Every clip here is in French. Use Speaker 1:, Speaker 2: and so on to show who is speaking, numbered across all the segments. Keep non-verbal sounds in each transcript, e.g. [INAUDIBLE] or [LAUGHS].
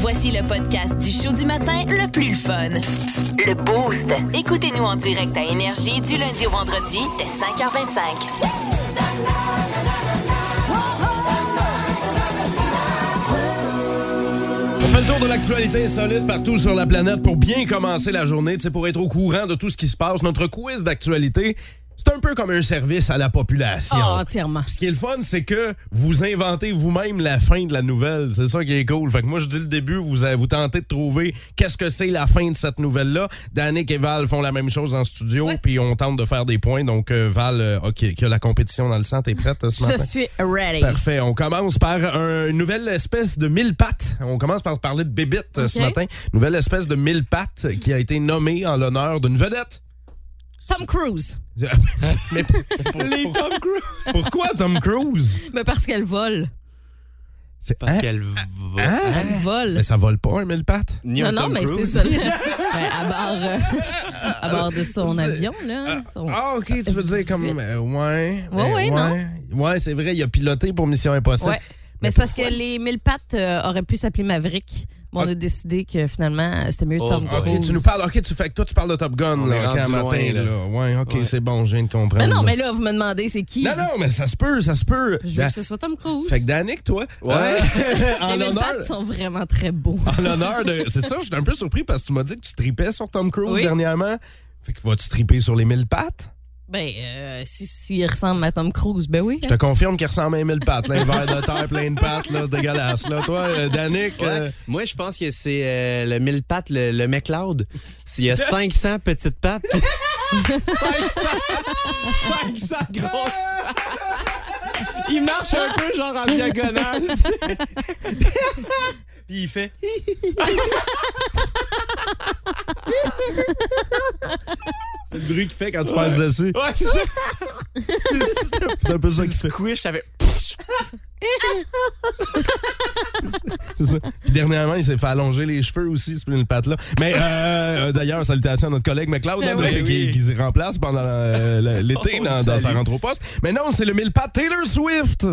Speaker 1: Voici le podcast du show du matin le plus fun. Le Boost. Écoutez-nous en direct à Énergie du lundi au vendredi dès 5h25.
Speaker 2: On fait le tour de l'actualité solide partout sur la planète pour bien commencer la journée, c'est pour être au courant de tout ce qui se passe. Notre quiz d'actualité, c'est un peu comme un service à la population.
Speaker 3: Ah, entièrement.
Speaker 2: Ce qui est le fun, c'est que vous inventez vous-même la fin de la nouvelle. C'est ça qui est cool. Fait que moi, je dis le début, vous, euh, vous tentez de trouver qu'est-ce que c'est la fin de cette nouvelle-là. Danick et Val font la même chose en studio,
Speaker 3: Ouais.
Speaker 2: puis on tente de faire des points. Donc, euh, Val, euh, OK, qui a la compétition dans le sang, t'es prête euh, ce
Speaker 3: Je
Speaker 2: matin?
Speaker 3: suis ready.
Speaker 2: Parfait. On commence par un- une nouvelle espèce de mille pattes. On commence par parler de bébite euh, ce
Speaker 3: Ok.
Speaker 2: matin. Nouvelle espèce de mille pattes qui a été nommée en l'honneur d'une vedette. [LAUGHS]
Speaker 3: Tom Cruise.
Speaker 2: Mais pour- pour- pour- pourquoi Tom Cruise?
Speaker 3: Mais parce qu'elle vole.
Speaker 2: C'est
Speaker 4: Parce
Speaker 2: hein?
Speaker 4: qu'elle va.
Speaker 2: Hein?
Speaker 3: Elle
Speaker 2: Mais
Speaker 3: vole.
Speaker 2: ça vole pas un mille pattes?
Speaker 4: Ni
Speaker 3: Non,
Speaker 4: un
Speaker 3: non,
Speaker 4: Tom
Speaker 3: mais c'est
Speaker 2: [LAUGHS]
Speaker 4: Cruise.
Speaker 3: ça. là. Ben, à, bord, euh, à bord de son
Speaker 2: C'est-
Speaker 3: avion, là. Son-
Speaker 2: Ah, ok, tu veux dire comme. euh, ouais.
Speaker 3: Ouais,
Speaker 2: euh,
Speaker 3: ouais, non.
Speaker 2: Ouais, c'est vrai, il a piloté pour Mission Impossible.
Speaker 3: Ouais. Mais c'est parce que les mille pattes euh, auraient pu s'appeler Maverick. Mais on a décidé que finalement, euh, c'était mieux
Speaker 4: Oh,
Speaker 3: Tom
Speaker 4: boy.
Speaker 3: Cruise.
Speaker 2: Ah. Ok, tu nous parles. Ok, tu fais que toi, tu parles de Top Gun,
Speaker 4: On
Speaker 2: là,
Speaker 4: est
Speaker 2: ok,
Speaker 4: rendu
Speaker 2: à
Speaker 4: loin,
Speaker 2: matin,
Speaker 4: là.
Speaker 2: là. Ouais, ok,
Speaker 4: Ouais.
Speaker 2: c'est bon, je viens de comprendre.
Speaker 3: Mais non,
Speaker 2: là.
Speaker 3: mais là, vous me demandez c'est qui.
Speaker 2: Non, non, mais ça se peut, ça se peut.
Speaker 3: Je veux
Speaker 2: Da-
Speaker 3: que ce soit Tom Cruise.
Speaker 2: Fait que Danick, toi,
Speaker 4: Ouais.
Speaker 2: [LAUGHS] euh, en
Speaker 3: les mille
Speaker 2: l'honneur. Ah.
Speaker 3: pattes sont vraiment très beaux.
Speaker 2: En l'honneur de. C'est ça, j'étais un peu surpris parce que tu m'as dit que tu tripais sur Tom Cruise
Speaker 3: Oui.
Speaker 2: dernièrement. Fait que vas-tu triper sur les mille pattes?
Speaker 3: Ben, euh, si- s'il ressemble à Tom Cruise, ben oui.
Speaker 2: Je te confirme qu'il ressemble à les mille pattes, là, un verre de terre plein de pattes, là, c'est dégueulasse. Là. Toi, euh, Danick,
Speaker 4: Ouais.
Speaker 2: euh,
Speaker 4: Moi, je pense que c'est euh, le mille pattes, le, le McLeod. S'il [LAUGHS] y a 500 petites [LAUGHS] pattes, 500, 500 grosses pattes. Il marche un peu genre en diagonale. tu sais. [LAUGHS]
Speaker 2: il fait. c'est le bruit qu'il fait quand tu passes dessus.
Speaker 4: Ouais, c'est ça.
Speaker 2: C'est un peu ça qu'il fait.
Speaker 4: Squish avec.
Speaker 2: C'est ça. Puis dernièrement, il s'est fait allonger les cheveux aussi, ce une patte-là. Mais euh, euh, d'ailleurs, salutations à notre collègue McLeod, hein,
Speaker 4: Ben oui. Oh,
Speaker 2: parce que- qui, qui se remplace pendant
Speaker 4: [LAUGHS]
Speaker 2: euh, la- l'été
Speaker 4: On
Speaker 2: dans,
Speaker 4: le
Speaker 2: dans sa
Speaker 4: salue.
Speaker 2: rentre au poste. Mais non, c'est le mille pattes Taylor Swift.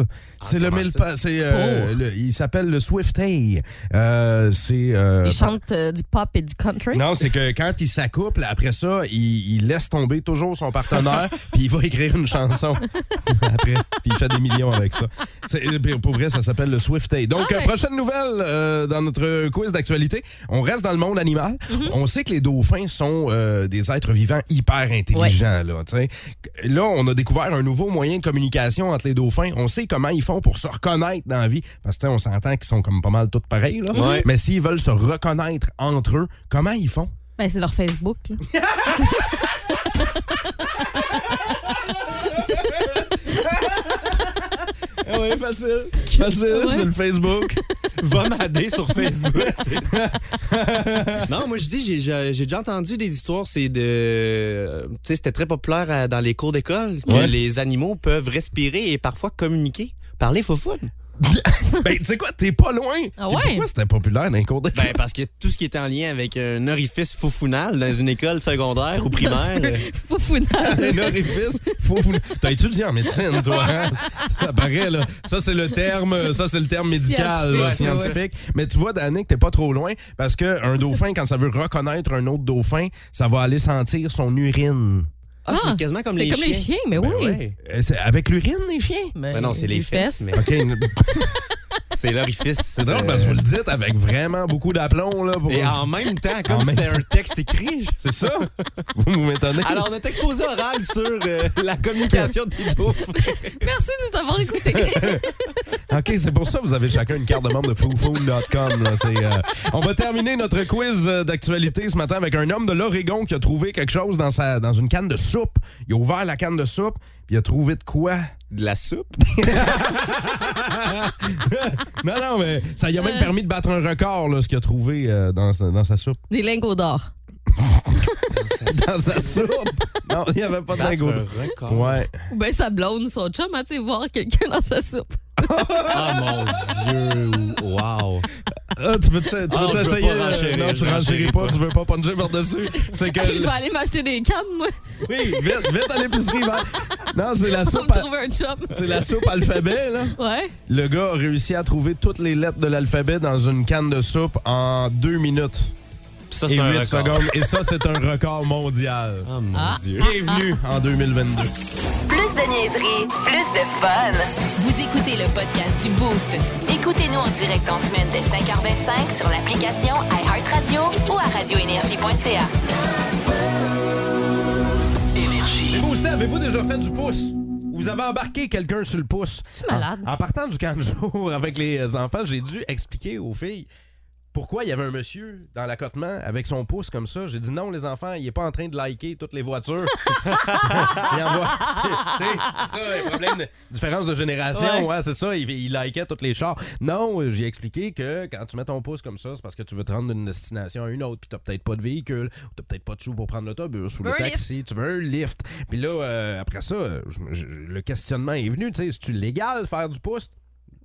Speaker 2: C'est le
Speaker 4: Ah, comment
Speaker 2: mille
Speaker 4: ça? Oh.
Speaker 2: pattes. c'est, euh, le- il s'appelle le Swift Hay. Euh, c'est. euh,
Speaker 3: Il chante euh, du pop et du country.
Speaker 2: non, c'est que quand il s'accouple, après ça, il, il laisse tomber toujours
Speaker 3: [LAUGHS]
Speaker 2: son partenaire, puis il va écrire une chanson [LAUGHS] après, puis il fait des millions avec ça. C'est- euh, Pour vrai, ça s'appelle le Swift Day. Donc,
Speaker 3: Ah ouais.
Speaker 2: euh, prochaine nouvelle euh, dans notre quiz d'actualité. On reste dans le monde animal.
Speaker 3: Mhm.
Speaker 2: On sait que les dauphins sont euh, des êtres vivants hyper intelligents. Là, tu sais. là, on a découvert un nouveau moyen de communication entre les dauphins. On sait comment ils font pour se reconnaître dans la vie, parce que tu sais, on s'entend qu'ils sont comme pas mal tous pareils. Là.
Speaker 4: Ouais.
Speaker 2: Mais s'ils veulent se reconnaître entre eux, comment
Speaker 3: [LAUGHS]
Speaker 2: ils font?
Speaker 3: Ben, c'est leur Facebook.
Speaker 2: [LAUGHS]
Speaker 3: là.
Speaker 2: oui, facile. Facile,
Speaker 3: Ah Ouais.
Speaker 2: c'est
Speaker 3: [LAUGHS]
Speaker 2: le Facebook.
Speaker 4: Va m'ader sur
Speaker 2: [LAUGHS]
Speaker 4: Facebook. c'est- non, moi je dis, j'ai- j'ai j'ai déjà entendu des histoires, c'est de. Tu sais, c'était très populaire à- dans les cours d'école que
Speaker 2: Ouais.
Speaker 4: les animaux peuvent respirer et parfois communiquer. Parler foufoune.
Speaker 2: ben, tu sais quoi, t'es pas loin.
Speaker 3: Ah
Speaker 2: Puis
Speaker 3: ouais?
Speaker 2: Pourquoi c'était populaire dans les cours d'école?
Speaker 4: Ben, parce que tout ce qui est en lien avec un orifice foufounal dans une école secondaire ou
Speaker 2: [LAUGHS]
Speaker 4: primaire. euh,
Speaker 3: Foufounal.
Speaker 2: Un orifice, faut vous... T'as étudié en médecine, toi, hein? Ça paraît, là. Ça, c'est le terme, ça, c'est le terme médical, là,
Speaker 3: Scientifique, ouais.
Speaker 2: scientifique. Mais tu vois, Danick, t'es pas trop loin parce que un dauphin, quand ça veut reconnaître un autre dauphin, ça va aller sentir son urine.
Speaker 4: Ah,
Speaker 3: Ah,
Speaker 4: c'est quasiment comme
Speaker 3: C'est
Speaker 4: les
Speaker 3: comme
Speaker 4: chiens.
Speaker 3: les chiens, mais
Speaker 4: Ben
Speaker 3: oui.
Speaker 4: ouais.
Speaker 2: Euh, c'est Avec l'urine, les chiens?
Speaker 3: Ben,
Speaker 4: Ben non, c'est les, fesses, mais
Speaker 2: OK. une-
Speaker 4: c'est l'orifice.
Speaker 2: C'est drôle parce que vous le dites avec vraiment beaucoup d'aplomb, là. Pour...
Speaker 4: Et en même temps,
Speaker 2: En
Speaker 4: comme
Speaker 2: même
Speaker 4: c'était un texte écrit. je-
Speaker 2: C'est ça? Vous m'étonnez.
Speaker 4: Alors, notre exposé oral sur euh, la communication des dauphins.
Speaker 3: Merci de nous avoir écoutés.
Speaker 2: OK, c'est pour ça que vous avez chacun une carte de membre de foofoo.com. là. C'est, euh, On va terminer notre quiz euh, d'actualité ce matin avec un homme de l'Oregon qui a trouvé quelque chose dans, sa... dans une canne de soupe. Il a ouvert la canne de soupe, puis il a trouvé de quoi?
Speaker 4: De la soupe.
Speaker 2: Non, non, mais ça lui a même permis de battre un record, là, ce qu'il a trouvé euh, dans, sa- dans
Speaker 4: [LAUGHS]
Speaker 2: sa soupe.
Speaker 3: Des lingots d'or.
Speaker 2: Dans sa soupe? Non, il n'y avait pas de
Speaker 4: Battre
Speaker 2: lingot.
Speaker 4: un record.
Speaker 2: Ouais.
Speaker 3: Ou bien sa blonde, son chum, hein, tu sais, voir quelqu'un dans sa soupe.
Speaker 4: Ah mon Dieu. Wow.
Speaker 2: Euh, là, tu veux te- tu veux
Speaker 4: Ah, je veux
Speaker 2: t'essayer.
Speaker 4: pas
Speaker 2: euh,
Speaker 4: renchérir,
Speaker 2: non,
Speaker 4: je
Speaker 2: tu renchéris
Speaker 4: renchéris
Speaker 2: pas, tu veux pas puncher
Speaker 4: [LAUGHS]
Speaker 2: par-dessus. C'est que.
Speaker 3: [LAUGHS] Je vais aller m'acheter des cannes, [LAUGHS] moi,
Speaker 2: Oui, vite, vite à l'épicerie, va. Non, c'est la
Speaker 3: pour
Speaker 2: soupe.
Speaker 3: me
Speaker 2: à-
Speaker 3: trouver un chum.
Speaker 2: C'est la soupe alphabet, là.
Speaker 3: Ouais.
Speaker 2: Le gars a réussi à trouver toutes les lettres de l'alphabet dans une canne de soupe en deux minutes
Speaker 4: Ça,
Speaker 2: et
Speaker 4: c'est un
Speaker 2: 8
Speaker 4: record.
Speaker 2: secondes. Et ça, c'est un record mondial.
Speaker 4: Oh mon Dieu.
Speaker 2: Bienvenue en 2022.
Speaker 1: Plus de niaiserie, plus de fun. Vous écoutez le podcast du Boost. Écoutez-nous en direct en semaine dès 5h25 sur l'application iHeartRadio ou à radioénergie.ca.
Speaker 2: Les boostés, avez-vous déjà fait du pouce? Vous avez embarqué quelqu'un sur le pouce.
Speaker 3: Tu es malade.
Speaker 2: En, en partant du camp de jour [LAUGHS] avec les enfants, j'ai dû expliquer aux filles pourquoi il y avait un monsieur dans l'accotement avec son pouce comme ça. J'ai dit non, les enfants, il est pas en train de liker toutes les voitures. [LAUGHS] il envoie. Tu sais, ça, le problème de différence de génération,
Speaker 3: Ouais.
Speaker 2: ouais, c'est ça, il, il likait toutes les chars. Non, j'ai expliqué que quand tu mets ton pouce comme ça, c'est parce que tu veux te rendre d'une destination à une autre, puis t'as peut-être pas de véhicule, ou t'as peut-être pas de sous pour prendre l'autobus ou
Speaker 3: veux
Speaker 2: le
Speaker 3: un lift.
Speaker 2: taxi si tu veux un lift. Puis là, euh, après ça, je- je- le questionnement est venu. Tu sais, c'est-tu légal faire du pouce?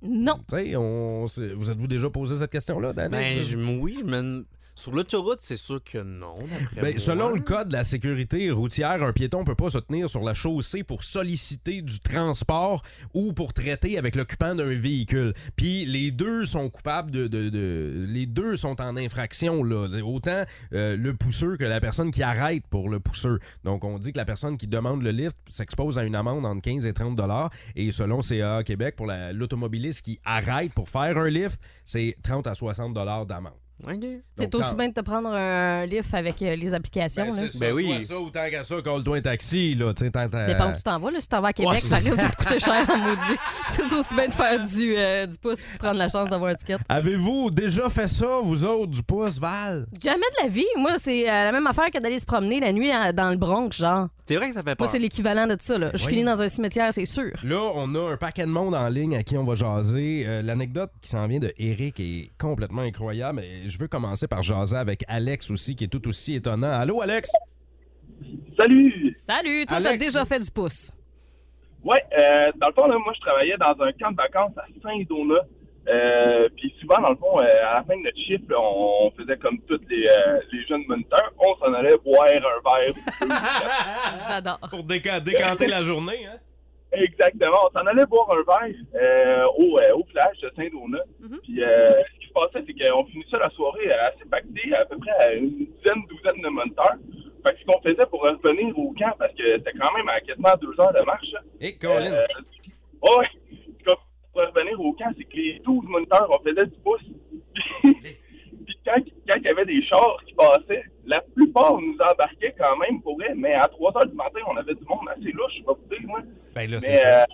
Speaker 3: Non.
Speaker 2: Tu sais, on, s'est- vous êtes-vous déjà posé cette question-là, Daniel?
Speaker 4: Ben, je- oui, je me- Sur l'autoroute, c'est sûr que non. d'après
Speaker 2: Ben,
Speaker 4: moi.
Speaker 2: selon le code de la sécurité routière, un piéton ne peut pas se tenir sur la chaussée pour solliciter du transport ou pour traiter avec l'occupant d'un véhicule. Puis les deux sont coupables de, de- de- Les deux sont en infraction, là. Autant euh, le pousseur que la personne qui arrête pour le pousseur. Donc on dit que la personne qui demande le lift s'expose à une amende entre 15 et 30 dollars. Et selon CAA Québec, pour la- l'automobiliste qui arrête pour faire un lift, c'est 30 à 60 dollars d'amende.
Speaker 4: OK.
Speaker 3: C'est
Speaker 2: Donc,
Speaker 3: aussi
Speaker 2: quand-
Speaker 3: bien de te prendre un lift avec euh, les applications.
Speaker 2: ben,
Speaker 3: là.
Speaker 2: c'est ça,
Speaker 4: Ben oui.
Speaker 2: soit ça ou tant qu'à ça, colle-toi un taxi, là. tu sais, tant- tant-
Speaker 3: Dépend où tu t'en vas, là. Si tu t'en vas à Québec,
Speaker 4: Ouais,
Speaker 3: ça risque de te coûter cher en maudit. [LAUGHS] C'est aussi bien de faire du, euh, du pouce puis de prendre la chance d'avoir un ticket.
Speaker 2: Avez-vous déjà fait ça, vous autres, du pouce, Val?
Speaker 3: Jamais de la vie. Moi, c'est euh, la même affaire que d'aller se promener la nuit euh, dans le Bronx, genre.
Speaker 4: C'est vrai que ça fait
Speaker 3: Moi,
Speaker 4: peur.
Speaker 3: c'est l'équivalent de ça, là. Je
Speaker 2: Oui.
Speaker 3: finis dans un cimetière, c'est sûr.
Speaker 2: Là, on a un paquet de monde en ligne à qui on va jaser. Euh, L'anecdote qui s'en vient de Eric est complètement incroyable. Et je veux commencer par jaser avec Alex aussi, qui est tout aussi étonnant. Allô, Alex?
Speaker 5: Salut!
Speaker 3: Salut, toi, t'as
Speaker 2: Alex.
Speaker 3: déjà fait du pouce.
Speaker 5: Ouais, euh, dans le fond, là, moi, je travaillais dans un camp de vacances à Saint-Donat. Euh, Puis souvent, dans le fond, euh, à la fin de notre chiffre, on faisait comme tous les, euh, les jeunes moniteurs, on s'en allait boire un verre.
Speaker 3: J'adore.
Speaker 2: Pour décanter la journée, hein?
Speaker 5: Exactement, on s'en allait boire un verre euh, au, euh, au plage de Saint-Donat. Puis euh, ce qui se passait, c'est qu'on finissait la soirée assez pactée, à peu près à une dizaine, douzaine de moniteurs. Fait que ce qu'on faisait pour revenir au camp, parce que c'était quand même à quasiment deux heures de marche, là,
Speaker 2: Et Colin.
Speaker 5: Euh, oh, ouais. En tout cas, Pour revenir au camp, c'est que les 12 moniteurs, on faisait du pouce. [LAUGHS] Puis quand, quand il y avait des chars qui passaient, la plupart nous embarquaient quand même pour eux, mais à 3 heures du matin, on avait du monde assez louche, je vais vous dire, moi.
Speaker 2: ben là, c'est
Speaker 5: Mais
Speaker 2: ça.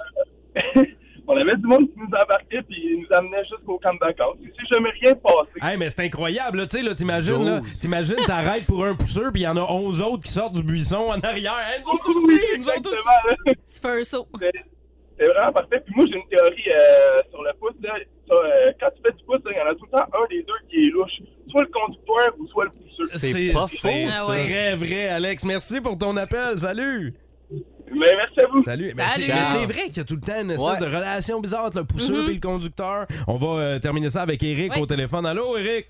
Speaker 5: euh, [LAUGHS] on avait du monde qui nous embarquait puis ils nous amenait jusqu'au camp de vacances. Il s'est jamais rien passé.
Speaker 2: Hey, mais c'est incroyable, là, tu sais, là, t'imagines, là,
Speaker 4: Douze.
Speaker 2: t'imagines, t'arrêtes pour un pousseur, puis il y en a 11 autres qui sortent du buisson en arrière. Hey, nous autres aussi,
Speaker 5: Oui,
Speaker 2: nous autres aussi.
Speaker 5: exactement, là.
Speaker 3: Tu fais un saut.
Speaker 5: C'est c'est vraiment parfait. Puis moi, j'ai une théorie euh, sur le pouce. Là. Ça, euh, quand tu fais du pouce, là, il y en a tout le temps un des deux qui est louche. Soit le conducteur ou soit le pousseur.
Speaker 4: C'est pas faux,
Speaker 2: C'est
Speaker 3: ça.
Speaker 2: Très vrai, Alex. Merci pour ton appel. Salut.
Speaker 5: Mais merci à vous.
Speaker 2: Salut. Mais
Speaker 3: Salut. Mm-hmm.
Speaker 2: c'est- mais c'est vrai qu'il y a tout le temps une espèce
Speaker 4: Ouais.
Speaker 2: de relation bizarre entre le pousseur et le conducteur. On va euh, terminer ça avec Eric
Speaker 3: Oui.
Speaker 2: au téléphone. Allô, Eric.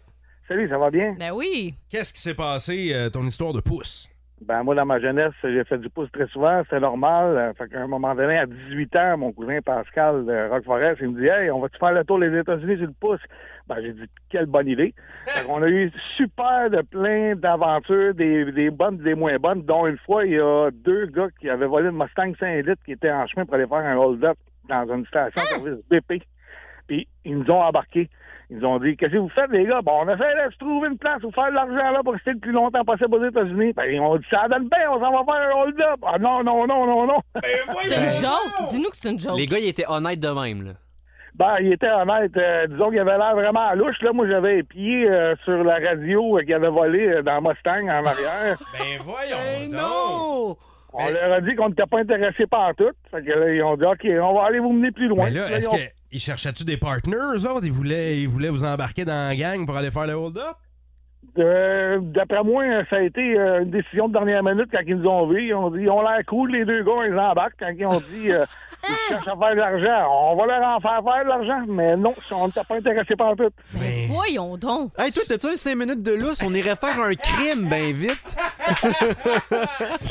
Speaker 6: Salut, ça va bien?
Speaker 3: Ben oui.
Speaker 2: Qu'est-ce qui s'est passé, euh, ton histoire de pouce?
Speaker 6: Ben, moi, dans ma jeunesse, j'ai fait du pouce très souvent. C'était normal. Euh, Fait qu'à un moment donné, à 18 ans, mon cousin Pascal de Rock Forest, il me dit, Hey, on va-tu faire le tour des États-Unis sur le pouce? Ben, j'ai dit, quelle bonne idée. Fait qu'on a eu super de plein d'aventures, des, des bonnes, des moins bonnes, dont une fois, il y a deux gars qui avaient volé une Mustang 5 litres qui étaient en chemin pour aller faire un hold-up dans une station de service BP. Puis, ils nous ont embarqués. Ils ont dit, qu'est-ce que vous faites, les gars? Bon, on essaie de se trouver une place pour faire de l'argent là pour rester le plus longtemps possible aux États-Unis. Ben, ils ont dit, ça donne bien, on s'en va faire un hold-up. Ah non, non, non, non, [LAUGHS] non.
Speaker 2: Ben
Speaker 3: C'est une joke. Dis-nous que c'est une joke.
Speaker 4: Les gars, ils étaient honnêtes de même. Là.
Speaker 6: Ben, il était honnête. Euh, disons qu'il avait l'air vraiment à louche. Là, moi, j'avais épié euh, sur la radio euh, qu'il avait volé euh, dans Mustang en
Speaker 2: [LAUGHS]
Speaker 6: arrière.
Speaker 2: Ben voyons
Speaker 6: on leur a dit qu'on n'était pas intéressés par tout. Fait que là, ils ont dit, OK, on va aller vous mener plus loin.
Speaker 2: Mais Ben là,
Speaker 6: Puis là,
Speaker 2: est-ce
Speaker 6: ils ont-
Speaker 2: qu'ils cherchaient-tu des partners, eux autres? Ils voulaient, ils voulaient vous embarquer dans la gang pour aller faire le hold-up?
Speaker 6: Euh, D'après moi, ça a été euh, une décision de dernière minute quand ils nous ont vus. Ils ont dit, on l'air cool, les deux gars, ils embarquent. Quand ils ont
Speaker 3: [LAUGHS]
Speaker 6: dit, euh, ils cherchent à faire de l'argent, on va leur en faire faire de l'argent. Mais non, on ne t'a pas intéressé par tout.
Speaker 3: Ben, voyons donc.
Speaker 4: Hey, toi, t'as-tu un 5 minutes de lousse? On irait faire un crime ben vite.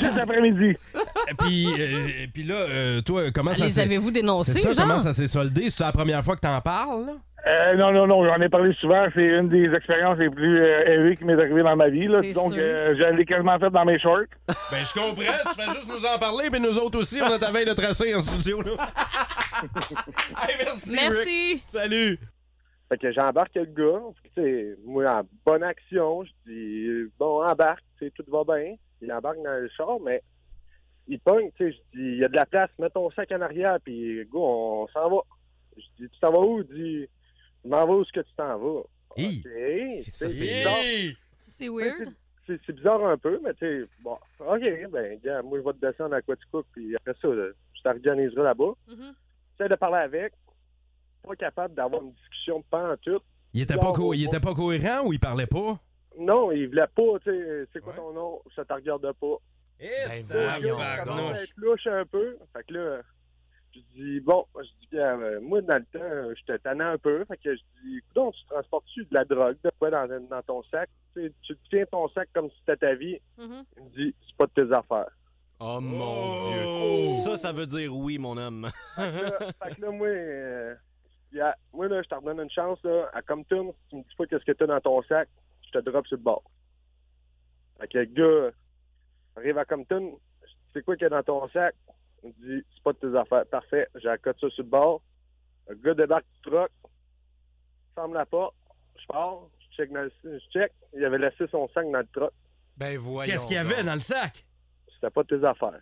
Speaker 6: Cet après-midi.
Speaker 2: Et
Speaker 3: [LAUGHS]
Speaker 2: puis, euh, et puis là, euh, toi, comment ça
Speaker 3: Ah, Les
Speaker 2: s'est...
Speaker 3: avez-vous
Speaker 2: C'est
Speaker 3: dénoncés,
Speaker 2: ça,
Speaker 3: genre?
Speaker 2: comment ça s'est soldé? C'est la première fois que t'en parles? là?
Speaker 6: Euh, non, non, non, j'en ai parlé souvent. C'est une des expériences les plus euh, élevées qui m'est arrivée dans ma vie. Là.
Speaker 3: C'est
Speaker 6: Donc,
Speaker 3: sûr.
Speaker 6: euh, je l'ai quasiment fait dans mes shorts.
Speaker 2: Ben, je comprends. Tu fais juste nous en parler, puis nous autres aussi, on est à veille de tracer en studio. Là. [LAUGHS] Hey, merci, Rick.
Speaker 3: Merci.
Speaker 2: Salut.
Speaker 7: Fait que j'embarque le gars. Puis, tu sais, moi, en bonne action, je dis euh, bon, embarque, tu sais, tout va bien. Il embarque dans le char, mais il pogne, tu sais, je dis il y a de la place, mets ton sac en arrière, puis go, on s'en va. Je dis tu t'en vas où? Il dit je m'en vais où est-ce que tu t'en vas.
Speaker 2: Hi.
Speaker 7: Ok, tu sais,
Speaker 4: Ça, c'est
Speaker 7: bizarre.
Speaker 2: Hey.
Speaker 3: C'est weird.
Speaker 7: C'est c'est bizarre un peu, mais tu sais, bon, OK, ben, gars, moi, je vais te descendre à Quaticook, puis après ça, là, je t'organiserai là-bas.
Speaker 3: Mhm.
Speaker 7: J'essaie de parler avec, pas capable d'avoir une discussion pantoute.
Speaker 2: Il était, pas co- il était pas cohérent ou il parlait pas?
Speaker 7: Non, il voulait pas, tu sais, euh, c'est quoi
Speaker 2: Ouais.
Speaker 7: ton nom? Ça te regarde pas.
Speaker 2: Eh,
Speaker 4: Ben, voyons
Speaker 7: Ça
Speaker 2: tabarnouche.
Speaker 7: commence à être louche un peu. Fait que là, je dis, bon, je dis, euh, moi, dans le temps, euh, j'étais tanné un peu. Fait que je dis, donc tu transportes-tu de la drogue, de quoi, dans, dans ton sac? Tu sais, tu tiens ton sac comme si c'était ta vie.
Speaker 3: Mhm.
Speaker 7: Il me dit, c'est pas de tes affaires.
Speaker 4: Oh
Speaker 2: Oh.
Speaker 4: Dieu. Ça, ça veut dire oui, mon homme.
Speaker 7: Là, fait que là, moi, euh, je dis, ah, moi, là, je te redonne une chance, là, à Compton, si tu me dis pas qu'est-ce que t'as dans ton sac, je te drop sur le bord. Fait que le gars arrive à Compton, je dis, c'est quoi qu'il y a dans ton sac? Il me dit, c'est pas de tes affaires. Parfait, j'accote ça sur le bord. Le gars débarque du truck, ferme la porte, je pars, je check, dans le- je check, il avait laissé son sac dans le truck.
Speaker 4: Ben voyons.
Speaker 2: Qu'est-ce qu'il y avait
Speaker 4: donc.
Speaker 2: dans le sac?
Speaker 7: C'était pas de tes affaires.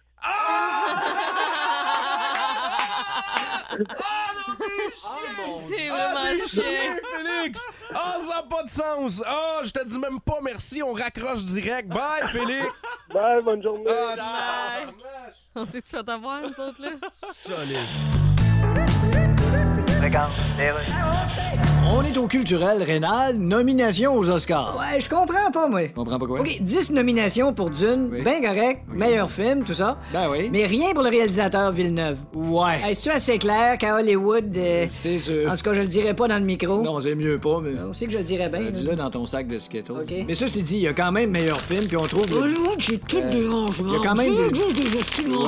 Speaker 3: Ah, C'est vraiment chiant.
Speaker 2: Félix! Ah, ça n'a pas de sens! Ah, je te dis même pas merci, on raccroche direct. Bye, Félix! Ah,
Speaker 7: Bye, bonne journée!
Speaker 3: Bye. On s'est-tu fait avoir, nous autres, là?
Speaker 2: Solide.
Speaker 8: On est au culturel rénal, nomination aux Oscars.
Speaker 9: Ouais, je comprends pas, moi.
Speaker 8: Comprends pas quoi?
Speaker 9: OK, 10 nominations pour Dune,
Speaker 8: Oui.
Speaker 9: ben correct, meilleur film, tout ça.
Speaker 8: Ben oui.
Speaker 9: Mais rien pour le réalisateur Villeneuve.
Speaker 8: Ouais.
Speaker 9: Est-ce assez clair qu'à Hollywood... euh,
Speaker 8: C'est
Speaker 9: En
Speaker 8: sûr.
Speaker 9: tout cas, je le dirai pas dans le micro.
Speaker 8: Non, c'est mieux pas, mais.
Speaker 9: On sait que je le dirai bien.
Speaker 8: Euh,
Speaker 9: là.
Speaker 8: Dis-le dans ton sac de Skittles.
Speaker 9: Ok.
Speaker 8: Mais ceci dit, il y a quand même meilleur film, puis on trouve. Hollywood, c'est tout des Il y a quand même des. Ouais,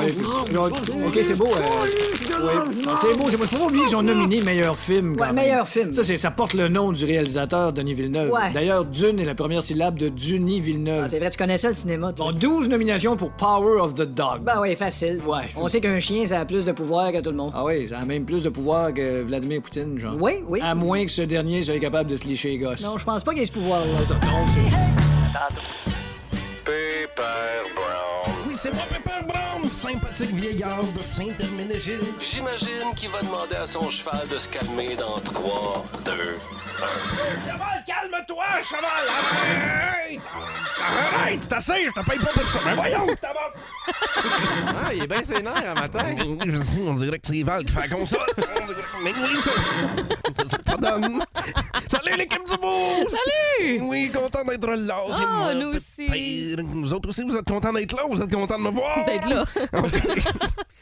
Speaker 8: puis- genre, ok, c'est beau. euh, ouais, c'est beau, c'est beau. Faut pas oublier qu'ils ont nominé meilleur film. quand
Speaker 9: Ouais,
Speaker 8: même.
Speaker 9: meilleur film.
Speaker 8: Ça, c'est, ça porte le nom du réalisateur Denis Villeneuve.
Speaker 9: Ouais.
Speaker 8: D'ailleurs, Dune est la première syllabe de Duny Villeneuve.
Speaker 9: Ah, c'est vrai, tu connais ça, le cinéma, toi.
Speaker 8: Bon, 12 nominations pour Power of the Dog.
Speaker 9: Ben oui, facile.
Speaker 8: Ouais.
Speaker 9: On sait qu'un chien, ça a plus de pouvoir que tout le monde.
Speaker 8: Ah oui, ça a même plus de pouvoir que Vladimir Poutine, genre.
Speaker 9: Oui, oui.
Speaker 8: À moins que ce dernier soit capable de se licher les gosses.
Speaker 9: Non, je pense pas qu'il y ait ce pouvoir-là.
Speaker 2: Oui, c'est moi, Pepper Brown, sympathique vieillard de Saint-Herménégil.
Speaker 10: J'imagine qu'il va demander à son cheval de se calmer dans 3, 2,
Speaker 2: Cheval, calme-toi, cheval! Arrête! Arrête, c'est assez, je te paye pas pour ça. Mais voyons, t'as
Speaker 4: Ah, il est bien sénère à matin.
Speaker 2: Je sais, on dirait que c'est Val qui fait la [LAUGHS] console. Mais oui, ça. C'est ça que ça donne. Salut l'équipe du Boost!
Speaker 3: Salut!
Speaker 2: Oui, content d'être là. c'est
Speaker 3: Ah,
Speaker 2: moi,
Speaker 3: nous
Speaker 2: Pepper.
Speaker 3: aussi.
Speaker 2: Nous autres aussi, vous êtes contents d'être là, vous êtes contents de me voir.
Speaker 3: D'être là.
Speaker 2: OK.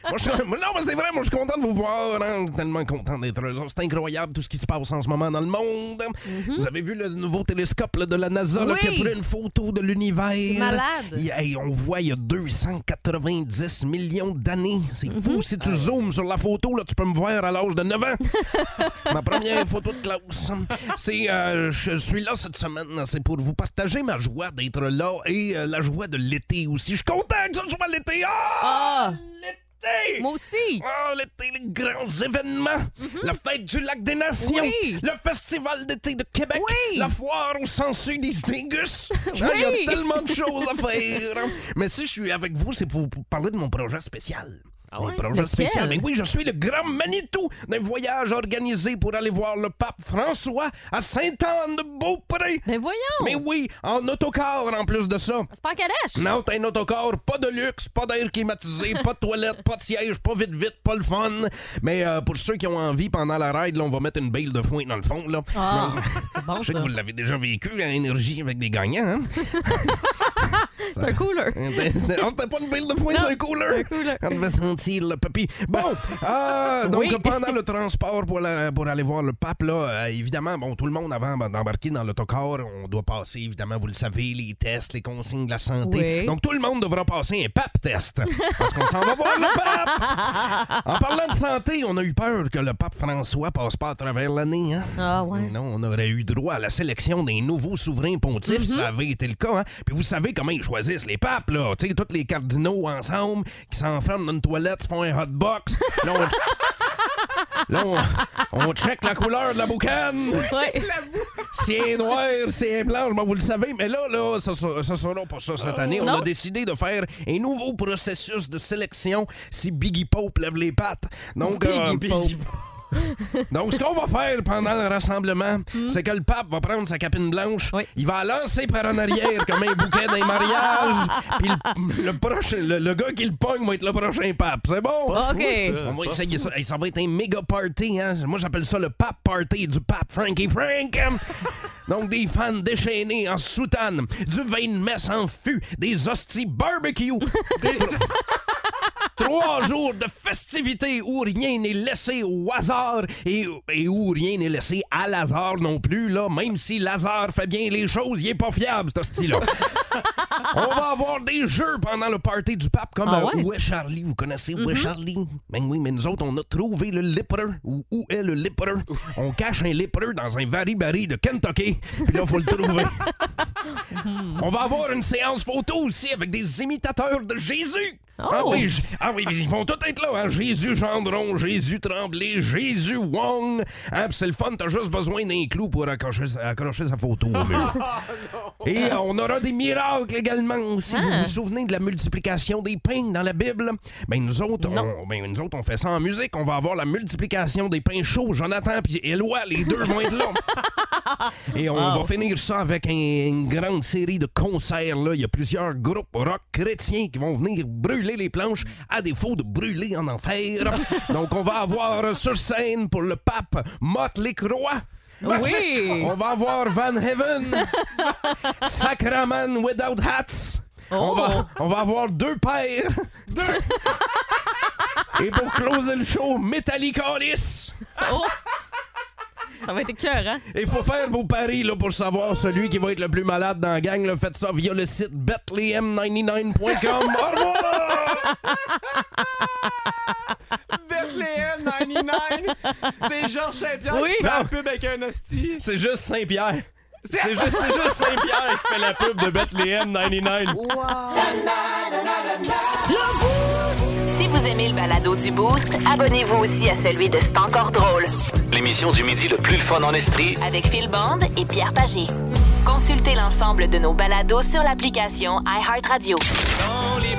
Speaker 2: moi, je suis- moi, non, mais c'est vrai, moi, je suis content de vous voir. hein. Je suis Tellement content d'être là. C'est incroyable tout ce qui se passe en ce moment dans le monde. Vous avez vu le nouveau télescope là, de la NASA là,
Speaker 3: Mhm. Oui.
Speaker 2: qui a pris une photo de l'univers.
Speaker 3: malade.
Speaker 2: Il- hey, on voit, il y a 290 millions d'années. C'est
Speaker 3: Mhm.
Speaker 2: fou. Si tu zoomes sur la photo, là, tu peux me voir à l'âge de 9 ans.
Speaker 3: [LAUGHS]
Speaker 2: ma première photo de classe. C'est, euh, je suis là cette semaine, c'est pour vous partager ma joie d'être là et euh, la joie de l'été aussi. Je suis content que ça soit l'été.
Speaker 3: Ah.
Speaker 2: Ah! L'été!
Speaker 3: Moi aussi.
Speaker 2: Ah, l'été, les grands événements. La fête du lac des Nations.
Speaker 3: Oui.
Speaker 2: Le festival d'été de Québec.
Speaker 3: Oui.
Speaker 2: La foire au sensu des Stingus. Hein, Il y
Speaker 3: Oui.
Speaker 2: a tellement de choses à faire. Mais si je suis avec vous, c'est pour, pour parler de mon projet spécial.
Speaker 4: Ah ouais?
Speaker 2: Un projet
Speaker 3: Lequel?
Speaker 2: spécial. Mais oui, je suis le grand Manitou d'un voyage organisé pour aller voir le pape François à Sainte-Anne-de-Beaupré.
Speaker 3: Ben voyons!
Speaker 2: Mais oui, en autocar en plus de ça.
Speaker 3: C'est pas en calèche!
Speaker 2: Non, t'as un autocar, pas de luxe, pas d'air climatisé, pas de toilette, pas de siège, pas vite vite, pas le fun. Mais euh, pour ceux qui ont envie pendant la ride, là, on va mettre une bille de foin dans le fond. Là.
Speaker 3: Ah,
Speaker 2: Non,
Speaker 3: [LAUGHS] c'est bon,
Speaker 2: je sais
Speaker 3: ça.
Speaker 2: que vous l'avez déjà vécu à énergie avec des gagnants. Hein?
Speaker 3: C'est un cooler.
Speaker 2: [LAUGHS] On t'a oh, pas une bille de foin, c'est un
Speaker 3: c'est un
Speaker 2: cooler.
Speaker 3: cooler.
Speaker 2: On devait sentir le papy. Bon,
Speaker 3: [LAUGHS]
Speaker 2: ah, donc
Speaker 3: Oui.
Speaker 2: pendant le transport pour, la- pour aller voir le pape, là, euh, évidemment, bon, tout le monde avant ben, d'embarquer dans l'autocar, on doit passer, évidemment, vous le savez, les tests, les consignes de la santé.
Speaker 3: Oui.
Speaker 2: Donc tout le monde devra passer un pape test parce qu'on s'en va voir le pape.
Speaker 3: [LAUGHS]
Speaker 2: En parlant de santé, on a eu peur que le pape François passe pas à travers l'année. Hein?
Speaker 3: Ah ouais.
Speaker 2: Mais Non, on aurait eu droit à la sélection des nouveaux souverains pontifs, ça avait été le cas. Hein? Puis vous savez comment ils choisissent les papes, là. Tu sais, tous les cardinaux ensemble qui s'enferment dans une toilette, se font un hot box. Là, on, là, on- on check la couleur de la boucane.
Speaker 3: Ouais.
Speaker 2: C'est un noir, c'est un blanc, bon, vous le savez. Mais là, là, ça ne sera pas ça cette année. On
Speaker 3: Non.
Speaker 2: a décidé de faire un nouveau processus de sélection si Biggie Pope lève les pattes. Donc, euh,
Speaker 3: Biggie Pope.
Speaker 2: Donc, ce qu'on va faire pendant le rassemblement, c'est que le pape va prendre sa capine blanche,
Speaker 3: Hmm. Oui.
Speaker 2: il va la lancer par en arrière comme un bouquet
Speaker 3: [LAUGHS]
Speaker 2: d'un mariage, puis le, le prochain, le, le gars qui le pogne va être le prochain pape. C'est bon?
Speaker 3: OK.
Speaker 2: On va essayer ça. Hey, ça va être un méga party. Hein? Moi, j'appelle ça le pape party du pape Frankie Frank. Donc, des fans déchaînés en soutane, du vin de messe en fût, des hosties barbecue. Des- Trois jours de festivités où rien n'est laissé au hasard et, et où rien n'est laissé à Lazare non plus, là. Même si Lazare fait bien les choses, il est pas fiable, ce style-là. [LAUGHS] On va avoir des jeux pendant le party du pape, comme
Speaker 3: Ah
Speaker 2: euh,
Speaker 3: ouais? Mm-hmm.
Speaker 2: Où est Charlie? Vous connaissez Où est Charlie? Ben oui, mais nous autres, on a trouvé le lépreux. Ou où est
Speaker 3: [LAUGHS]
Speaker 2: le lépreux? On cache un lépreux dans un varibari de Kentucky, puis là, faut le trouver.
Speaker 3: [LAUGHS]
Speaker 2: On va avoir une séance photo aussi avec des imitateurs de Jésus. Ah,
Speaker 3: Oh!
Speaker 2: oui, J- ah oui, mais ils vont tous être là. hein. Jésus Gendron, Jésus Tremblay, Jésus Wong. Hein, puis c'est le fun, t'as juste besoin d'un clou pour accrocher, sa- accrocher sa photo
Speaker 3: [LAUGHS]
Speaker 2: au mur. Et euh, on aura des miracles également aussi. Vous vous souvenez de la multiplication des pains dans la Bible? Ben nous autres, on, ben, nous autres, on fait ça en musique. On va avoir la multiplication des pains chauds. Jonathan puis Éloi, les deux vont être là. Et on va finir ça avec un- une grande série de concerts. Là. Il y a plusieurs groupes rock chrétiens qui vont venir brûler les planches à défaut de brûler en enfer. Donc, on va avoir sur scène pour le pape Motley Croix.
Speaker 3: Oui.
Speaker 2: On va avoir Van Heaven, Sacraman Without Hats. On, va, on va avoir deux paires. Deux. [LAUGHS] Et pour closer le show, Metallicalis.
Speaker 3: Oh. Ça va être cœur, hein?
Speaker 2: Il faut faire vos paris là, pour savoir celui qui va être le plus malade dans la gang. là. Faites ça via le site bethlehem99.com. Au revoir!
Speaker 4: Bethlehem 99! C'est Georges Saint-Pierre
Speaker 3: Oui.
Speaker 4: qui fait la pub avec un hostie.
Speaker 2: C'est juste Saint-Pierre.
Speaker 4: C'est juste, c'est juste Saint-Pierre qui fait la pub de Bethlehem 99.
Speaker 1: Si vous aimez le balado du Boost, abonnez-vous aussi à celui de C'est encore drôle
Speaker 10: L'émission du midi le plus le fun en Estrie,
Speaker 1: avec Phil Bond et Pierre Pagé. Consultez l'ensemble de nos balados sur l'application iHeartRadio.
Speaker 11: Dans les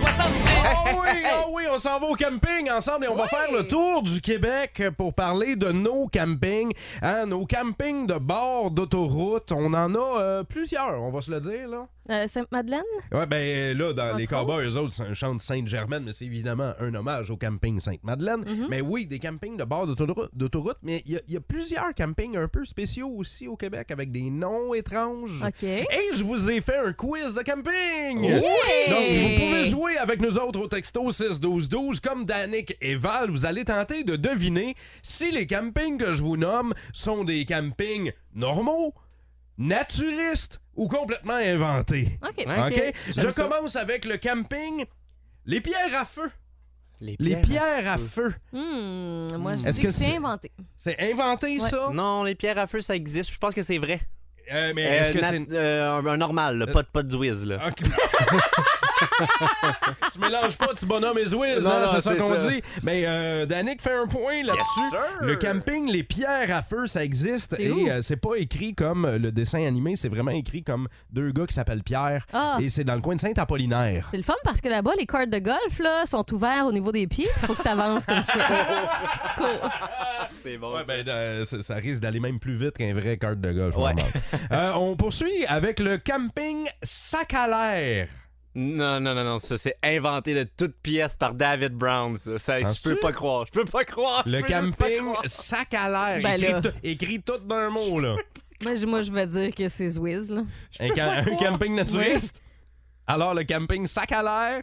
Speaker 11: 70.
Speaker 2: Oh oui, oh oui, on s'en va au camping ensemble et on va faire le tour du Québec pour parler de nos campings, hein, nos campings de bord d'autoroute. On en a euh, plusieurs, on va se le dire là.
Speaker 3: Euh, Sainte-Madeleine?
Speaker 2: Ouais, ben là, dans les
Speaker 3: Entre
Speaker 2: Cowboys, eux autres, c'est un chant de Sainte-Germaine, mais c'est évidemment un hommage au camping Sainte-Madeleine.
Speaker 3: Mhm.
Speaker 2: Mais oui, des campings de bord d'autoroute, d'autoroute, mais il y, a- il y a plusieurs campings un peu spéciaux aussi au Québec avec des noms étranges.
Speaker 3: OK.
Speaker 2: Et je vous ai fait un quiz de camping!
Speaker 3: Yeah!
Speaker 2: Donc, vous pouvez jouer avec nous autres au texto 6-12-12. Comme Danick et Val, vous allez tenter de deviner si les campings que je vous nomme sont des campings normaux, naturistes ou complètement inventés.
Speaker 3: OK.
Speaker 2: OK? Je commence avec le camping Les Pierres à Feu. Les Pierres à Feu.
Speaker 3: Hmm, moi, je
Speaker 2: Est-ce
Speaker 3: dis
Speaker 2: que
Speaker 3: que c'est
Speaker 2: c'est-
Speaker 3: inventé.
Speaker 2: C'est inventé,
Speaker 3: Ouais.
Speaker 2: ça?
Speaker 4: Non, les pierres à feu, ça existe. Je pense que c'est vrai.
Speaker 2: Euh, mais
Speaker 4: Euh,
Speaker 2: est-ce que
Speaker 4: nat-
Speaker 2: c'est...
Speaker 4: Ah, euh, un un normal, là, pas de pas de whiz, là.
Speaker 2: OK. [LAUGHS] tu mélanges pas petit bonhomme et Zwills,
Speaker 4: Non,
Speaker 2: hein,
Speaker 4: non,
Speaker 2: c'est ça
Speaker 4: c'est
Speaker 2: qu'on
Speaker 4: ça.
Speaker 2: dit. Mais euh, Danick fait un point
Speaker 4: Yes,
Speaker 2: là-dessus.
Speaker 4: sir.
Speaker 2: le camping, les pierres à feu, ça existe.
Speaker 4: C'est où?
Speaker 2: Et euh, c'est pas écrit comme euh, le dessin animé, c'est vraiment écrit comme deux gars qui s'appellent Pierre.
Speaker 3: Ah.
Speaker 2: Et c'est dans le coin de Saint-Apollinaire.
Speaker 3: C'est le fun parce que là-bas, les cordes de golf là, sont ouvertes au niveau des pieds. Faut que t'avances comme ça.
Speaker 4: [LAUGHS]
Speaker 3: Tu cours.
Speaker 2: C'est bon. ben, euh, ça, ça risque d'aller même plus vite qu'un vrai carte de golf. normal. Euh, on poursuit avec le camping sac à l'air.
Speaker 4: Non, non, non, non, ça c'est inventé de toutes pièces par David Brown. Ça, Ça, je
Speaker 2: Penses-tu?
Speaker 4: peux pas croire. Je peux pas croire.
Speaker 2: Le
Speaker 4: je peux juste pas
Speaker 2: camping
Speaker 4: croire.
Speaker 2: sac à l'air.
Speaker 3: Ben
Speaker 2: écrit,
Speaker 3: là.
Speaker 2: tout- écrit tout d'un mot, là.
Speaker 3: Moi, je- moi, je vais dire que c'est Zwiz. Là.
Speaker 2: Un,
Speaker 3: peux
Speaker 2: ca-
Speaker 3: pas
Speaker 2: un
Speaker 3: croire.
Speaker 2: camping naturiste. Alors, le camping sac à l'air.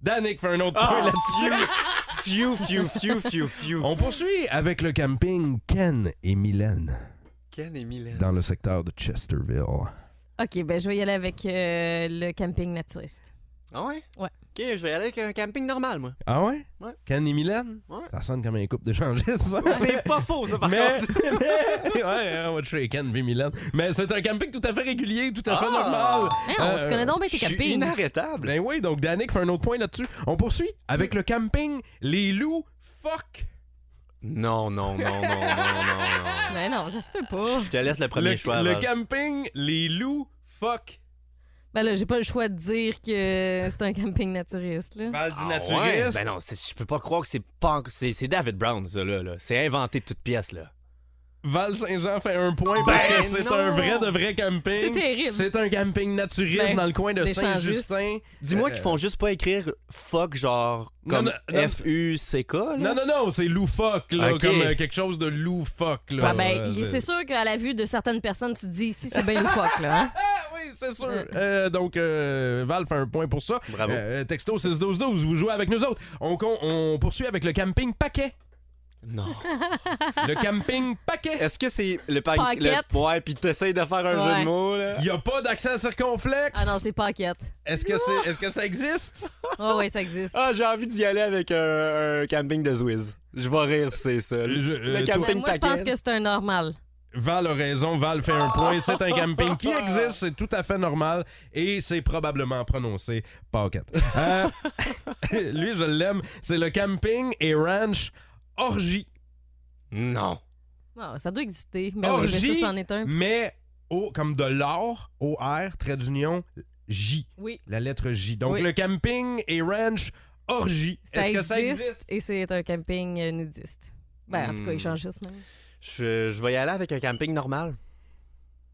Speaker 2: Danick fait un autre point là-dessus.
Speaker 4: Fiu, fiu, fiu, fiu, fiu.
Speaker 2: On poursuit avec le camping Ken et Mylène
Speaker 4: [LAUGHS] Ken et Mylène.
Speaker 2: dans le secteur de Chesterville.
Speaker 3: OK, ben je vais y aller avec euh, le camping naturiste.
Speaker 4: Ah ouais?
Speaker 3: Ouais.
Speaker 4: Ok, je vais aller avec un camping normal, moi.
Speaker 2: Ah ouais?
Speaker 4: Ouais.
Speaker 2: Ken et Mylène?
Speaker 4: Ouais.
Speaker 2: Ça sonne comme un couple d'échangistes, ça.
Speaker 4: Ah, C'est pas faux, ça, par
Speaker 2: Mais, [LAUGHS]
Speaker 4: contre.
Speaker 2: mais- ouais, hein, on va te chez Ken puis Mylène. Mais c'est un camping tout à fait régulier, tout à
Speaker 4: Ah!
Speaker 2: fait normal.
Speaker 3: Hein, on- tu connais donc bien tes
Speaker 4: Euh, je suis
Speaker 3: campings.
Speaker 4: inarrêtable.
Speaker 2: Ben oui, donc Danick fait un autre point là-dessus. On poursuit avec le camping Les Loups Fuck.
Speaker 4: Non, Oh non, non, non, non, non, non.
Speaker 3: Mais Ben non, ça se fait pas.
Speaker 4: Je te laisse le premier
Speaker 2: le,
Speaker 4: choix.
Speaker 2: le
Speaker 4: Val.
Speaker 2: camping Les Loups Fuck.
Speaker 3: Ben là, j'ai pas le choix de dire que c'est un camping naturiste. Là.
Speaker 2: Val
Speaker 4: Ah ouais? Ben non, c'est- je peux pas croire que c'est pas... en- C'est c'est David Brown, ça, là. là. C'est inventé de toutes pièces, là.
Speaker 2: Val Saint-Jean fait un point parce
Speaker 4: Ben
Speaker 2: que c'est
Speaker 4: non!
Speaker 2: un vrai de vrai camping.
Speaker 3: C'est terrible.
Speaker 2: C'est un camping naturiste
Speaker 3: Ben,
Speaker 2: dans le coin de
Speaker 3: des changistes.
Speaker 2: Saint-Justin.
Speaker 4: Dis-moi
Speaker 2: Euh,
Speaker 4: qu'ils font juste pas écrire fuck genre
Speaker 2: Non,
Speaker 4: comme
Speaker 2: non, non.
Speaker 4: F-U-C-K. là.
Speaker 2: Non, non, non, c'est loufoque, là,
Speaker 4: Ok.
Speaker 2: comme euh, quelque chose de loufoque. Là, Euh,
Speaker 3: Ben, ben,
Speaker 2: Ça,
Speaker 3: c'est sûr qu'à la vue de certaines personnes, tu te dis si c'est bien loufoque. Là,
Speaker 4: [LAUGHS]
Speaker 3: hein?
Speaker 2: Oui, c'est sûr. Euh, donc, euh, Val fait un point pour ça.
Speaker 4: Bravo.
Speaker 2: Euh, texto 6-12-12, vous jouez avec nous autres. On, con- on poursuit avec le camping paquet.
Speaker 4: Non.
Speaker 2: Le camping paquet.
Speaker 4: Est-ce que c'est le pa-
Speaker 3: Paquette.
Speaker 4: le- Ouais, puis t'essayes de faire un
Speaker 3: Ouais.
Speaker 4: jeu de mots, là.
Speaker 2: Il n'y a pas d'accent circonflexe.
Speaker 3: Ah non, c'est pas quête.
Speaker 2: Est-ce que, c'est, est-ce que ça existe?
Speaker 3: Oh oui, ça existe.
Speaker 4: Ah, j'ai envie d'y aller avec un, un camping de Zwiz. Je vais rire, c'est ça. Le,
Speaker 2: Je- euh,
Speaker 4: le
Speaker 2: toi-
Speaker 3: Ben,
Speaker 4: camping
Speaker 3: moi, je pense
Speaker 4: paquet.
Speaker 3: que c'est un normal.
Speaker 2: Val a raison, Val fait un point. C'est un camping qui existe, c'est tout à fait normal et c'est probablement prononcé pocket. Euh, [LAUGHS] lui, je l'aime. C'est le camping et ranch orgie.
Speaker 4: Non.
Speaker 3: Ah, ça doit exister.
Speaker 4: Oh,
Speaker 3: Mais, oui, mais
Speaker 2: orgie,
Speaker 3: ça, c'en est un.
Speaker 2: mais au, comme de l'or, O-R, trait d'union, J.
Speaker 3: Oui,
Speaker 2: La lettre J. Donc
Speaker 3: Oui.
Speaker 2: le camping et ranch orgie.
Speaker 3: ça
Speaker 2: Est-ce que
Speaker 3: existe,
Speaker 2: ça existe?
Speaker 3: et c'est un camping euh, nudiste. Ben, en tout cas,
Speaker 4: Hmm.
Speaker 3: échangiste même.
Speaker 4: Je, je vais y aller avec un camping normal.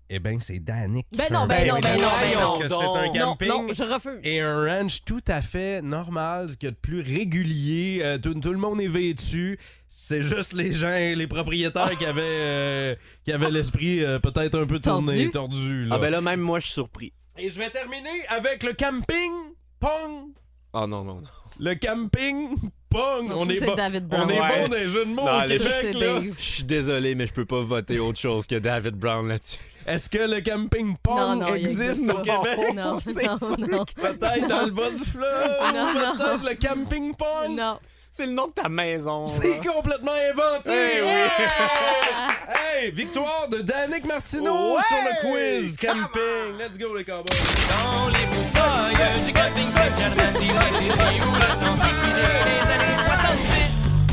Speaker 2: Eh bien, c'est Danick. qui
Speaker 3: Ben
Speaker 2: fait
Speaker 3: non,
Speaker 2: un
Speaker 3: ben
Speaker 2: point.
Speaker 3: non, ben non, ben
Speaker 2: Parce
Speaker 3: non.
Speaker 2: que
Speaker 4: non.
Speaker 2: c'est un
Speaker 3: Non,
Speaker 2: camping.
Speaker 3: non, je refuse.
Speaker 2: Et un ranch tout à fait normal, que de plus régulier. euh, tout, tout le monde est vêtu. C'est juste les gens, les propriétaires qui avaient, euh, qui avaient l'esprit euh, peut-être un peu tourné,
Speaker 3: Tordu.
Speaker 2: tordu. là.
Speaker 4: Ah ben là, même moi, je suis surpris.
Speaker 2: Et je vais terminer avec le camping pong.
Speaker 4: Oh non, non, non.
Speaker 2: Le camping pong.
Speaker 3: Non,
Speaker 2: on
Speaker 3: ça,
Speaker 2: est,
Speaker 3: c'est
Speaker 2: bon,
Speaker 3: David
Speaker 2: on
Speaker 3: Brown.
Speaker 2: est
Speaker 4: Ouais.
Speaker 2: bon dans les jeux de mots
Speaker 4: Non,
Speaker 2: au
Speaker 4: les-
Speaker 3: Ça,
Speaker 2: Québec.
Speaker 3: c'est
Speaker 2: Ah, là.
Speaker 3: Dave.
Speaker 4: Je suis désolé, mais je peux pas voter autre chose que David Brown là-dessus.
Speaker 2: Est-ce que le camping pong
Speaker 3: Non, non, il
Speaker 2: existe
Speaker 3: existe
Speaker 2: au
Speaker 3: pas. [LAUGHS]
Speaker 2: Québec?
Speaker 3: Non,
Speaker 4: C'est
Speaker 3: non,
Speaker 4: sûr
Speaker 3: non.
Speaker 2: Peut-être dans le bas du fleuve.
Speaker 3: Non, non.
Speaker 2: peut-être le camping pong.
Speaker 3: Non.
Speaker 4: C'est le nom de ta maison.
Speaker 2: C'est complètement inventé!
Speaker 4: Eh oui.
Speaker 2: Yeah! [LAUGHS] hey, victoire de Danick Martineau
Speaker 4: Ouais!
Speaker 2: sur le quiz camping. Let's go les cowboys!
Speaker 11: Dans les broussailles du camping Saint-Germain, il y a des rayons maintenant, c'est figé des années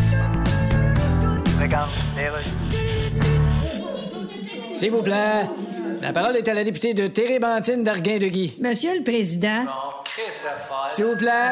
Speaker 11: 70.
Speaker 8: S'il vous plaît, la parole est à la députée de Térébentine d'Arguin-de-Guy.
Speaker 9: Monsieur le Président,
Speaker 8: S'il vous plaît.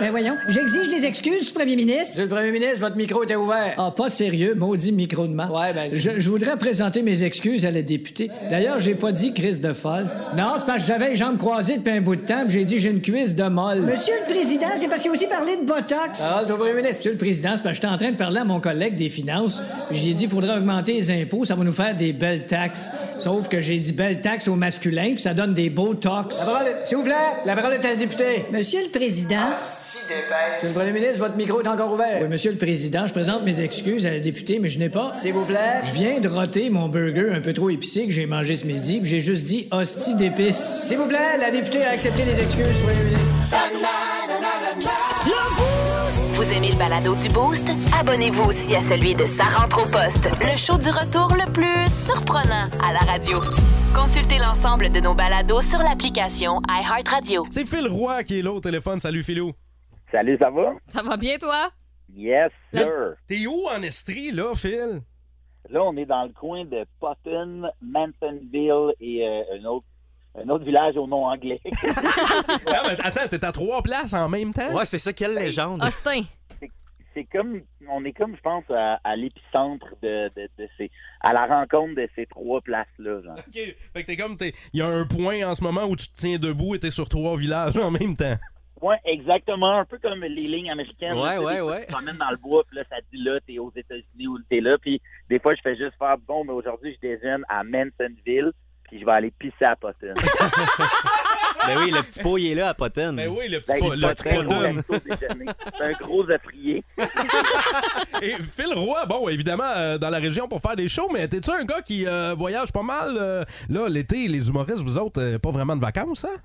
Speaker 9: ben voyons, j'exige des excuses, Premier ministre.
Speaker 8: Monsieur le Premier ministre, votre micro était ouvert. Ah, pas sérieux, maudit micro de main. Ouais, ben... Je, je voudrais présenter mes excuses à la députée. D'ailleurs, j'ai pas dit crise de folle. Non, c'est parce que j'avais les jambes croisées depuis un bout de temps, puis j'ai dit j'ai une cuisse de molle.
Speaker 9: Monsieur le Président, c'est parce qu'il a aussi parlé de Botox.
Speaker 8: Parole du Premier ministre. Monsieur le Président, c'est parce que j'étais en train de parler à mon collègue des finances. puis J'ai dit, il faudrait augmenter les impôts, ça va nous faire des belles taxes. Sauf que j'ai dit belles taxes au masculin, puis ça donne des beaux tox. S'il vous plaît, la parole est à la députée.
Speaker 9: Monsieur le Président,
Speaker 8: Monsieur le Premier ministre, votre micro est encore ouvert. Oui, Monsieur le Président, je présente mes excuses à la députée, mais je n'ai pas. S'il vous plaît. Je viens de roter mon burger un peu trop épicé que j'ai mangé ce midi, puis j'ai juste dit hostie d'épices. S'il vous plaît, la députée a accepté les excuses, Premier ministre.
Speaker 1: Le boost! Vous aimez le balado du Boost? Abonnez-vous aussi à celui de Sa rentre au poste, le show du retour le plus surprenant à la radio. Consultez l'ensemble de nos balados sur l'application iHeartRadio.
Speaker 2: C'est Phil Roy qui est là au téléphone. Salut, Philou.
Speaker 12: Salut, ça va?
Speaker 3: Ça va bien, toi?
Speaker 12: Yes, sir.
Speaker 2: T'es où en Estrie, là, Phil?
Speaker 12: Là, on est dans le coin de Potton, Mantonville et euh, un, autre, un autre village au nom anglais.
Speaker 2: Ah, mais attends, t'es à trois places en même temps?
Speaker 12: Ouais, c'est ça, quelle légende.
Speaker 3: Austin.
Speaker 12: C'est comme, on est comme, je pense, à, à l'épicentre de, de- de ces, à la rencontre de ces trois places-là.
Speaker 2: [LAUGHS]
Speaker 12: genre.
Speaker 2: OK. Fait que t'es comme... t'es- Il y a un point en ce moment où tu te tiens debout et t'es sur trois villages en même temps.
Speaker 12: Ouais, exactement, un peu comme les lignes américaines.
Speaker 2: Ouais,
Speaker 12: là, tu sais,
Speaker 2: ouais,
Speaker 12: des fois,
Speaker 2: ouais.
Speaker 12: Tu te promènes dans le bois, puis là, ça dit là, t'es aux États-Unis ou t'es là. Puis des fois, je fais juste faire bon, mais aujourd'hui, je déjeune à Mansonville, puis je vais aller pisser à
Speaker 2: [LAUGHS]
Speaker 12: Potton.
Speaker 4: Ben oui, le petit pot, il est là à Potton.
Speaker 2: Ben oui, le
Speaker 12: Ben, c'est pas très gros resto déjeuner. C'est un gros affrier.
Speaker 2: Et Phil Roy, bon, évidemment, euh, dans la région pour faire des shows, mais t'es-tu un gars qui euh, voyage pas mal? euh, là, l'été, les humoristes, vous autres, euh, pas vraiment de vacances, hein?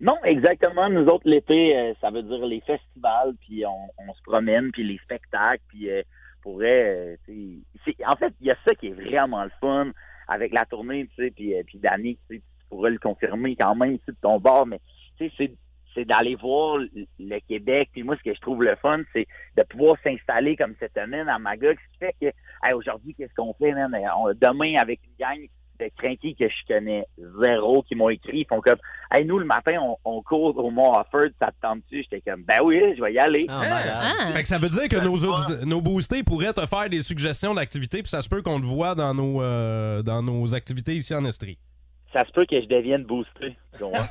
Speaker 12: Non, exactement. Nous autres, l'été, euh, ça veut dire les festivals, puis on, on se promène, puis les spectacles, puis euh, pour vrai, euh, tu sais, c'est- en fait, il y a ça qui est vraiment le fun avec la tournée, tu sais, puis, euh, puis Danny, tu sais, tu pourras le confirmer quand même, tu sais, de ton bord, mais tu sais, c'est c'est d'aller voir le- le Québec. Puis moi, ce que je trouve le fun, c'est de pouvoir s'installer comme cette semaine à Magog, ce qui fait que, hey, aujourd'hui, qu'est-ce qu'on fait, man? Euh, on- demain, avec une gang de crinqués que je connais zéro, qui m'ont écrit, ils font comme, hey, nous, le matin, on, on court au Mont Offord, ça te tente-tu? J'étais comme, ben oui, je vais y aller.
Speaker 3: Ah,
Speaker 2: Fait que ça veut dire que nos, audi- nos boostés pourraient te faire des suggestions d'activités, puis ça se peut qu'on te voit dans nos, euh, dans nos activités ici en Estrie.
Speaker 12: Ça se peut que je devienne boosté. tu comprends?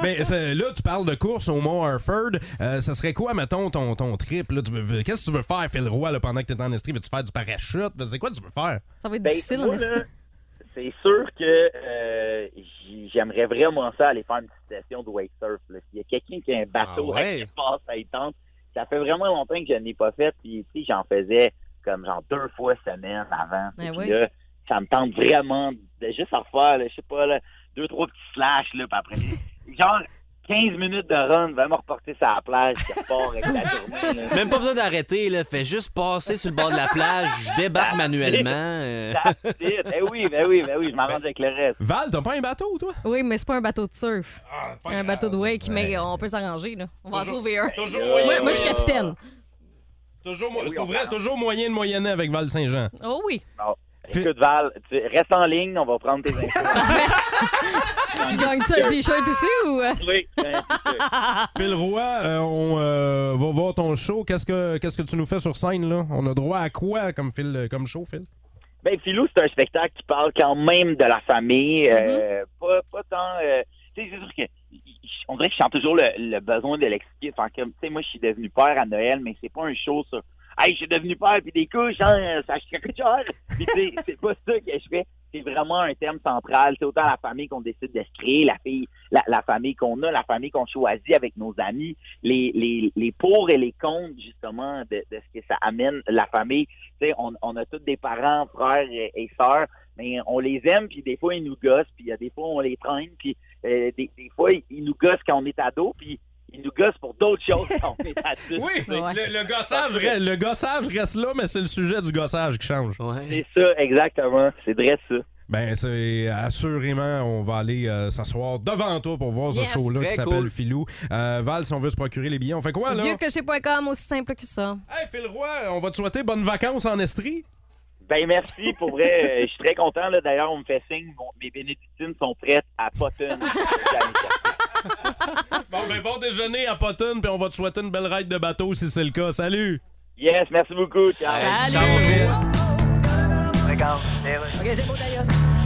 Speaker 2: Mais c'est- Ben, là, tu parles de course au Mont Harford. Euh, ça serait quoi, mettons, ton, ton trip? là? Tu veux- veux- Qu'est-ce que tu veux faire, Phil Roy, là, pendant que t'es en Estrie? Veux-tu faire du parachute? C'est quoi tu veux faire?
Speaker 3: Ça va être
Speaker 12: Ben,
Speaker 3: difficile,
Speaker 12: moi,
Speaker 3: en
Speaker 12: là,
Speaker 3: Estrie.
Speaker 12: C'est sûr que euh, j- j'aimerais vraiment ça aller faire une petite session de wake surf. là. S'il y a quelqu'un qui a un bateau
Speaker 4: Ah ouais?
Speaker 12: à qui passe à tente, ça fait vraiment longtemps que je n'ai pas fait. Puis tu sais, j'en faisais comme genre deux fois semaine avant.
Speaker 13: Ben
Speaker 12: Puis
Speaker 13: oui.
Speaker 12: là, ça me tente vraiment de juste en refaire, là, je sais pas, là, deux, trois petits slash là, puis après. [LAUGHS] genre 15 minutes de run, va me reporter sur la plage, je repars avec la journée. là.
Speaker 4: Même pas besoin d'arrêter, là. Fais juste passer sur le bord de la plage. Je débarque manuellement. euh.
Speaker 12: That's it. Ben oui, ben oui, ben oui, je m'arrange avec le reste.
Speaker 2: Val, t'as pas un bateau, toi?
Speaker 3: Oui, mais c'est pas un bateau de surf.
Speaker 2: Ah,
Speaker 3: un bateau de wake, mais on peut s'arranger, là. On va en trouver un.
Speaker 2: toujours
Speaker 3: Moi-
Speaker 2: moyen.
Speaker 3: moi, je suis capitaine.
Speaker 2: Toujours, mo- pour vrai, toujours moyen de moyenner avec Val Saint-Jean.
Speaker 3: Oh oui.
Speaker 12: Bon. Écoute, Val, tu restes en ligne, on va prendre tes infos.
Speaker 3: Tu gagnes-tu un t-shirt aussi ou. euh?
Speaker 12: oui.
Speaker 2: [LAUGHS] Phil Roy, euh, on euh, va voir ton show. Qu'est-ce que qu'est-ce que tu nous fais sur scène là On a droit à quoi comme Phil, euh, comme show, Phil
Speaker 12: Ben, Philou, c'est un spectacle qui parle quand même de la famille. euh, pas, pas tant. euh, tu sais, c'est sûr que. On dirait que je sens toujours le, le besoin de l'expliquer. Enfin, comme, tu sais, moi, je suis devenu père à Noël, mais c'est pas un show sur. Hey, je suis devenu père, puis des couches, hein, ça achète quelque chose. Puis, tu sais, c'est pas ça que je fais. C'est vraiment un thème central. C'est autant la famille qu'on décide de se créer, la, fille, la, la famille qu'on a, la famille qu'on choisit avec nos amis, les, les, les pour et les contre, justement, de, de ce que ça amène, la famille. Tu sais, on, on a tous des parents, frères et, et sœurs, mais on les aime, puis des fois, ils nous gossent, puis il y a des fois, on les traîne, puis euh, des, des fois, ils, ils nous gossent quand on est ado, puis ils nous gossent pour d'autres choses quand on est adulte.
Speaker 2: Oui, le, gossage, le gossage reste là, mais c'est le sujet du gossage qui change.
Speaker 12: C'est ça, exactement. C'est vrai ça.
Speaker 2: Ben, c'est assurément, on va aller euh, s'asseoir devant toi pour voir
Speaker 3: Yes,
Speaker 2: ce show-là
Speaker 3: très
Speaker 2: qui s'appelle
Speaker 3: cool.
Speaker 2: Filou. Euh, Val, si on veut se procurer les billets, on fait quoi là
Speaker 3: Vieux cocher.com, aussi simple que ça.
Speaker 2: Hey, Phil Roy, on va te souhaiter bonnes vacances en Estrie.
Speaker 12: Ben merci, pour vrai, euh, je suis très content. là. D'ailleurs, on me fait signe, mon- mes bénédictines sont prêtes à Potton.
Speaker 2: Bon, ben, bon déjeuner à Potton, puis on va te souhaiter une belle ride de bateau si c'est le cas. Salut.
Speaker 12: yes, merci beaucoup. ciao.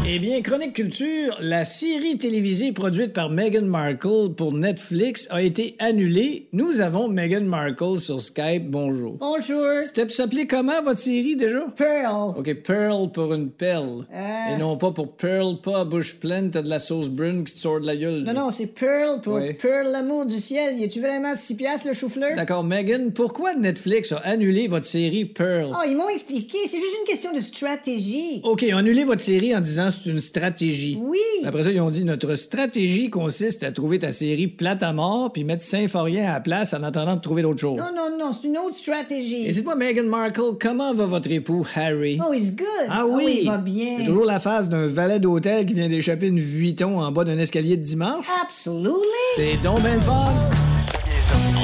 Speaker 8: Eh bien, Chronique Culture, la série télévisée produite par Meghan Markle pour Netflix a été annulée. Nous avons Meghan Markle sur Skype. Bonjour.
Speaker 9: Bonjour.
Speaker 8: C'était pour s'appeler comment votre série déjà?
Speaker 9: Pearl.
Speaker 8: OK, Pearl pour une perle.
Speaker 9: Euh.
Speaker 8: Et non pas pour Pearl, pas à bouche pleine, t'as de la sauce brune qui te sort de la gueule.
Speaker 9: Non, non, c'est Pearl pour
Speaker 8: Ouais.
Speaker 9: Pearl, l'amour du ciel. Y tu vraiment 6 piastres, le chou-fleur?
Speaker 8: D'accord, Megan, pourquoi Netflix a annulé votre série Pearl?
Speaker 1: Ah,
Speaker 9: Oh, ils m'ont expliqué. C'est juste une question de stratégie.
Speaker 8: OK, annulez votre série en disant c'est une stratégie.
Speaker 1: Oui.
Speaker 8: Après ça, ils ont dit notre stratégie consiste à trouver ta série plate à mort puis mettre Symphorien à la place en attendant de trouver d'autres choses.
Speaker 1: Non, non, non, c'est une autre stratégie.
Speaker 8: Et dites-moi, Meghan Markle, comment va votre époux Harry?
Speaker 1: Oh, he's good.
Speaker 8: Ah
Speaker 1: Oh,
Speaker 8: oui.
Speaker 1: il va bien.
Speaker 8: C'est toujours la phase d'un valet d'hôtel qui vient d'échapper une Vuitton en bas d'un escalier de dimanche.
Speaker 1: Absolument.
Speaker 8: C'est donc ben le fun.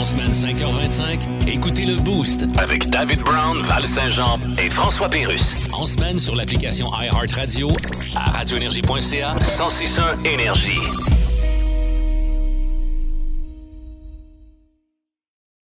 Speaker 4: En semaine 5h25, écoutez le Boost avec David Brown, Val Saint-Jean et François Pérus. En semaine sur l'application iHeartRadio à radioénergie.ca 1061 Énergie.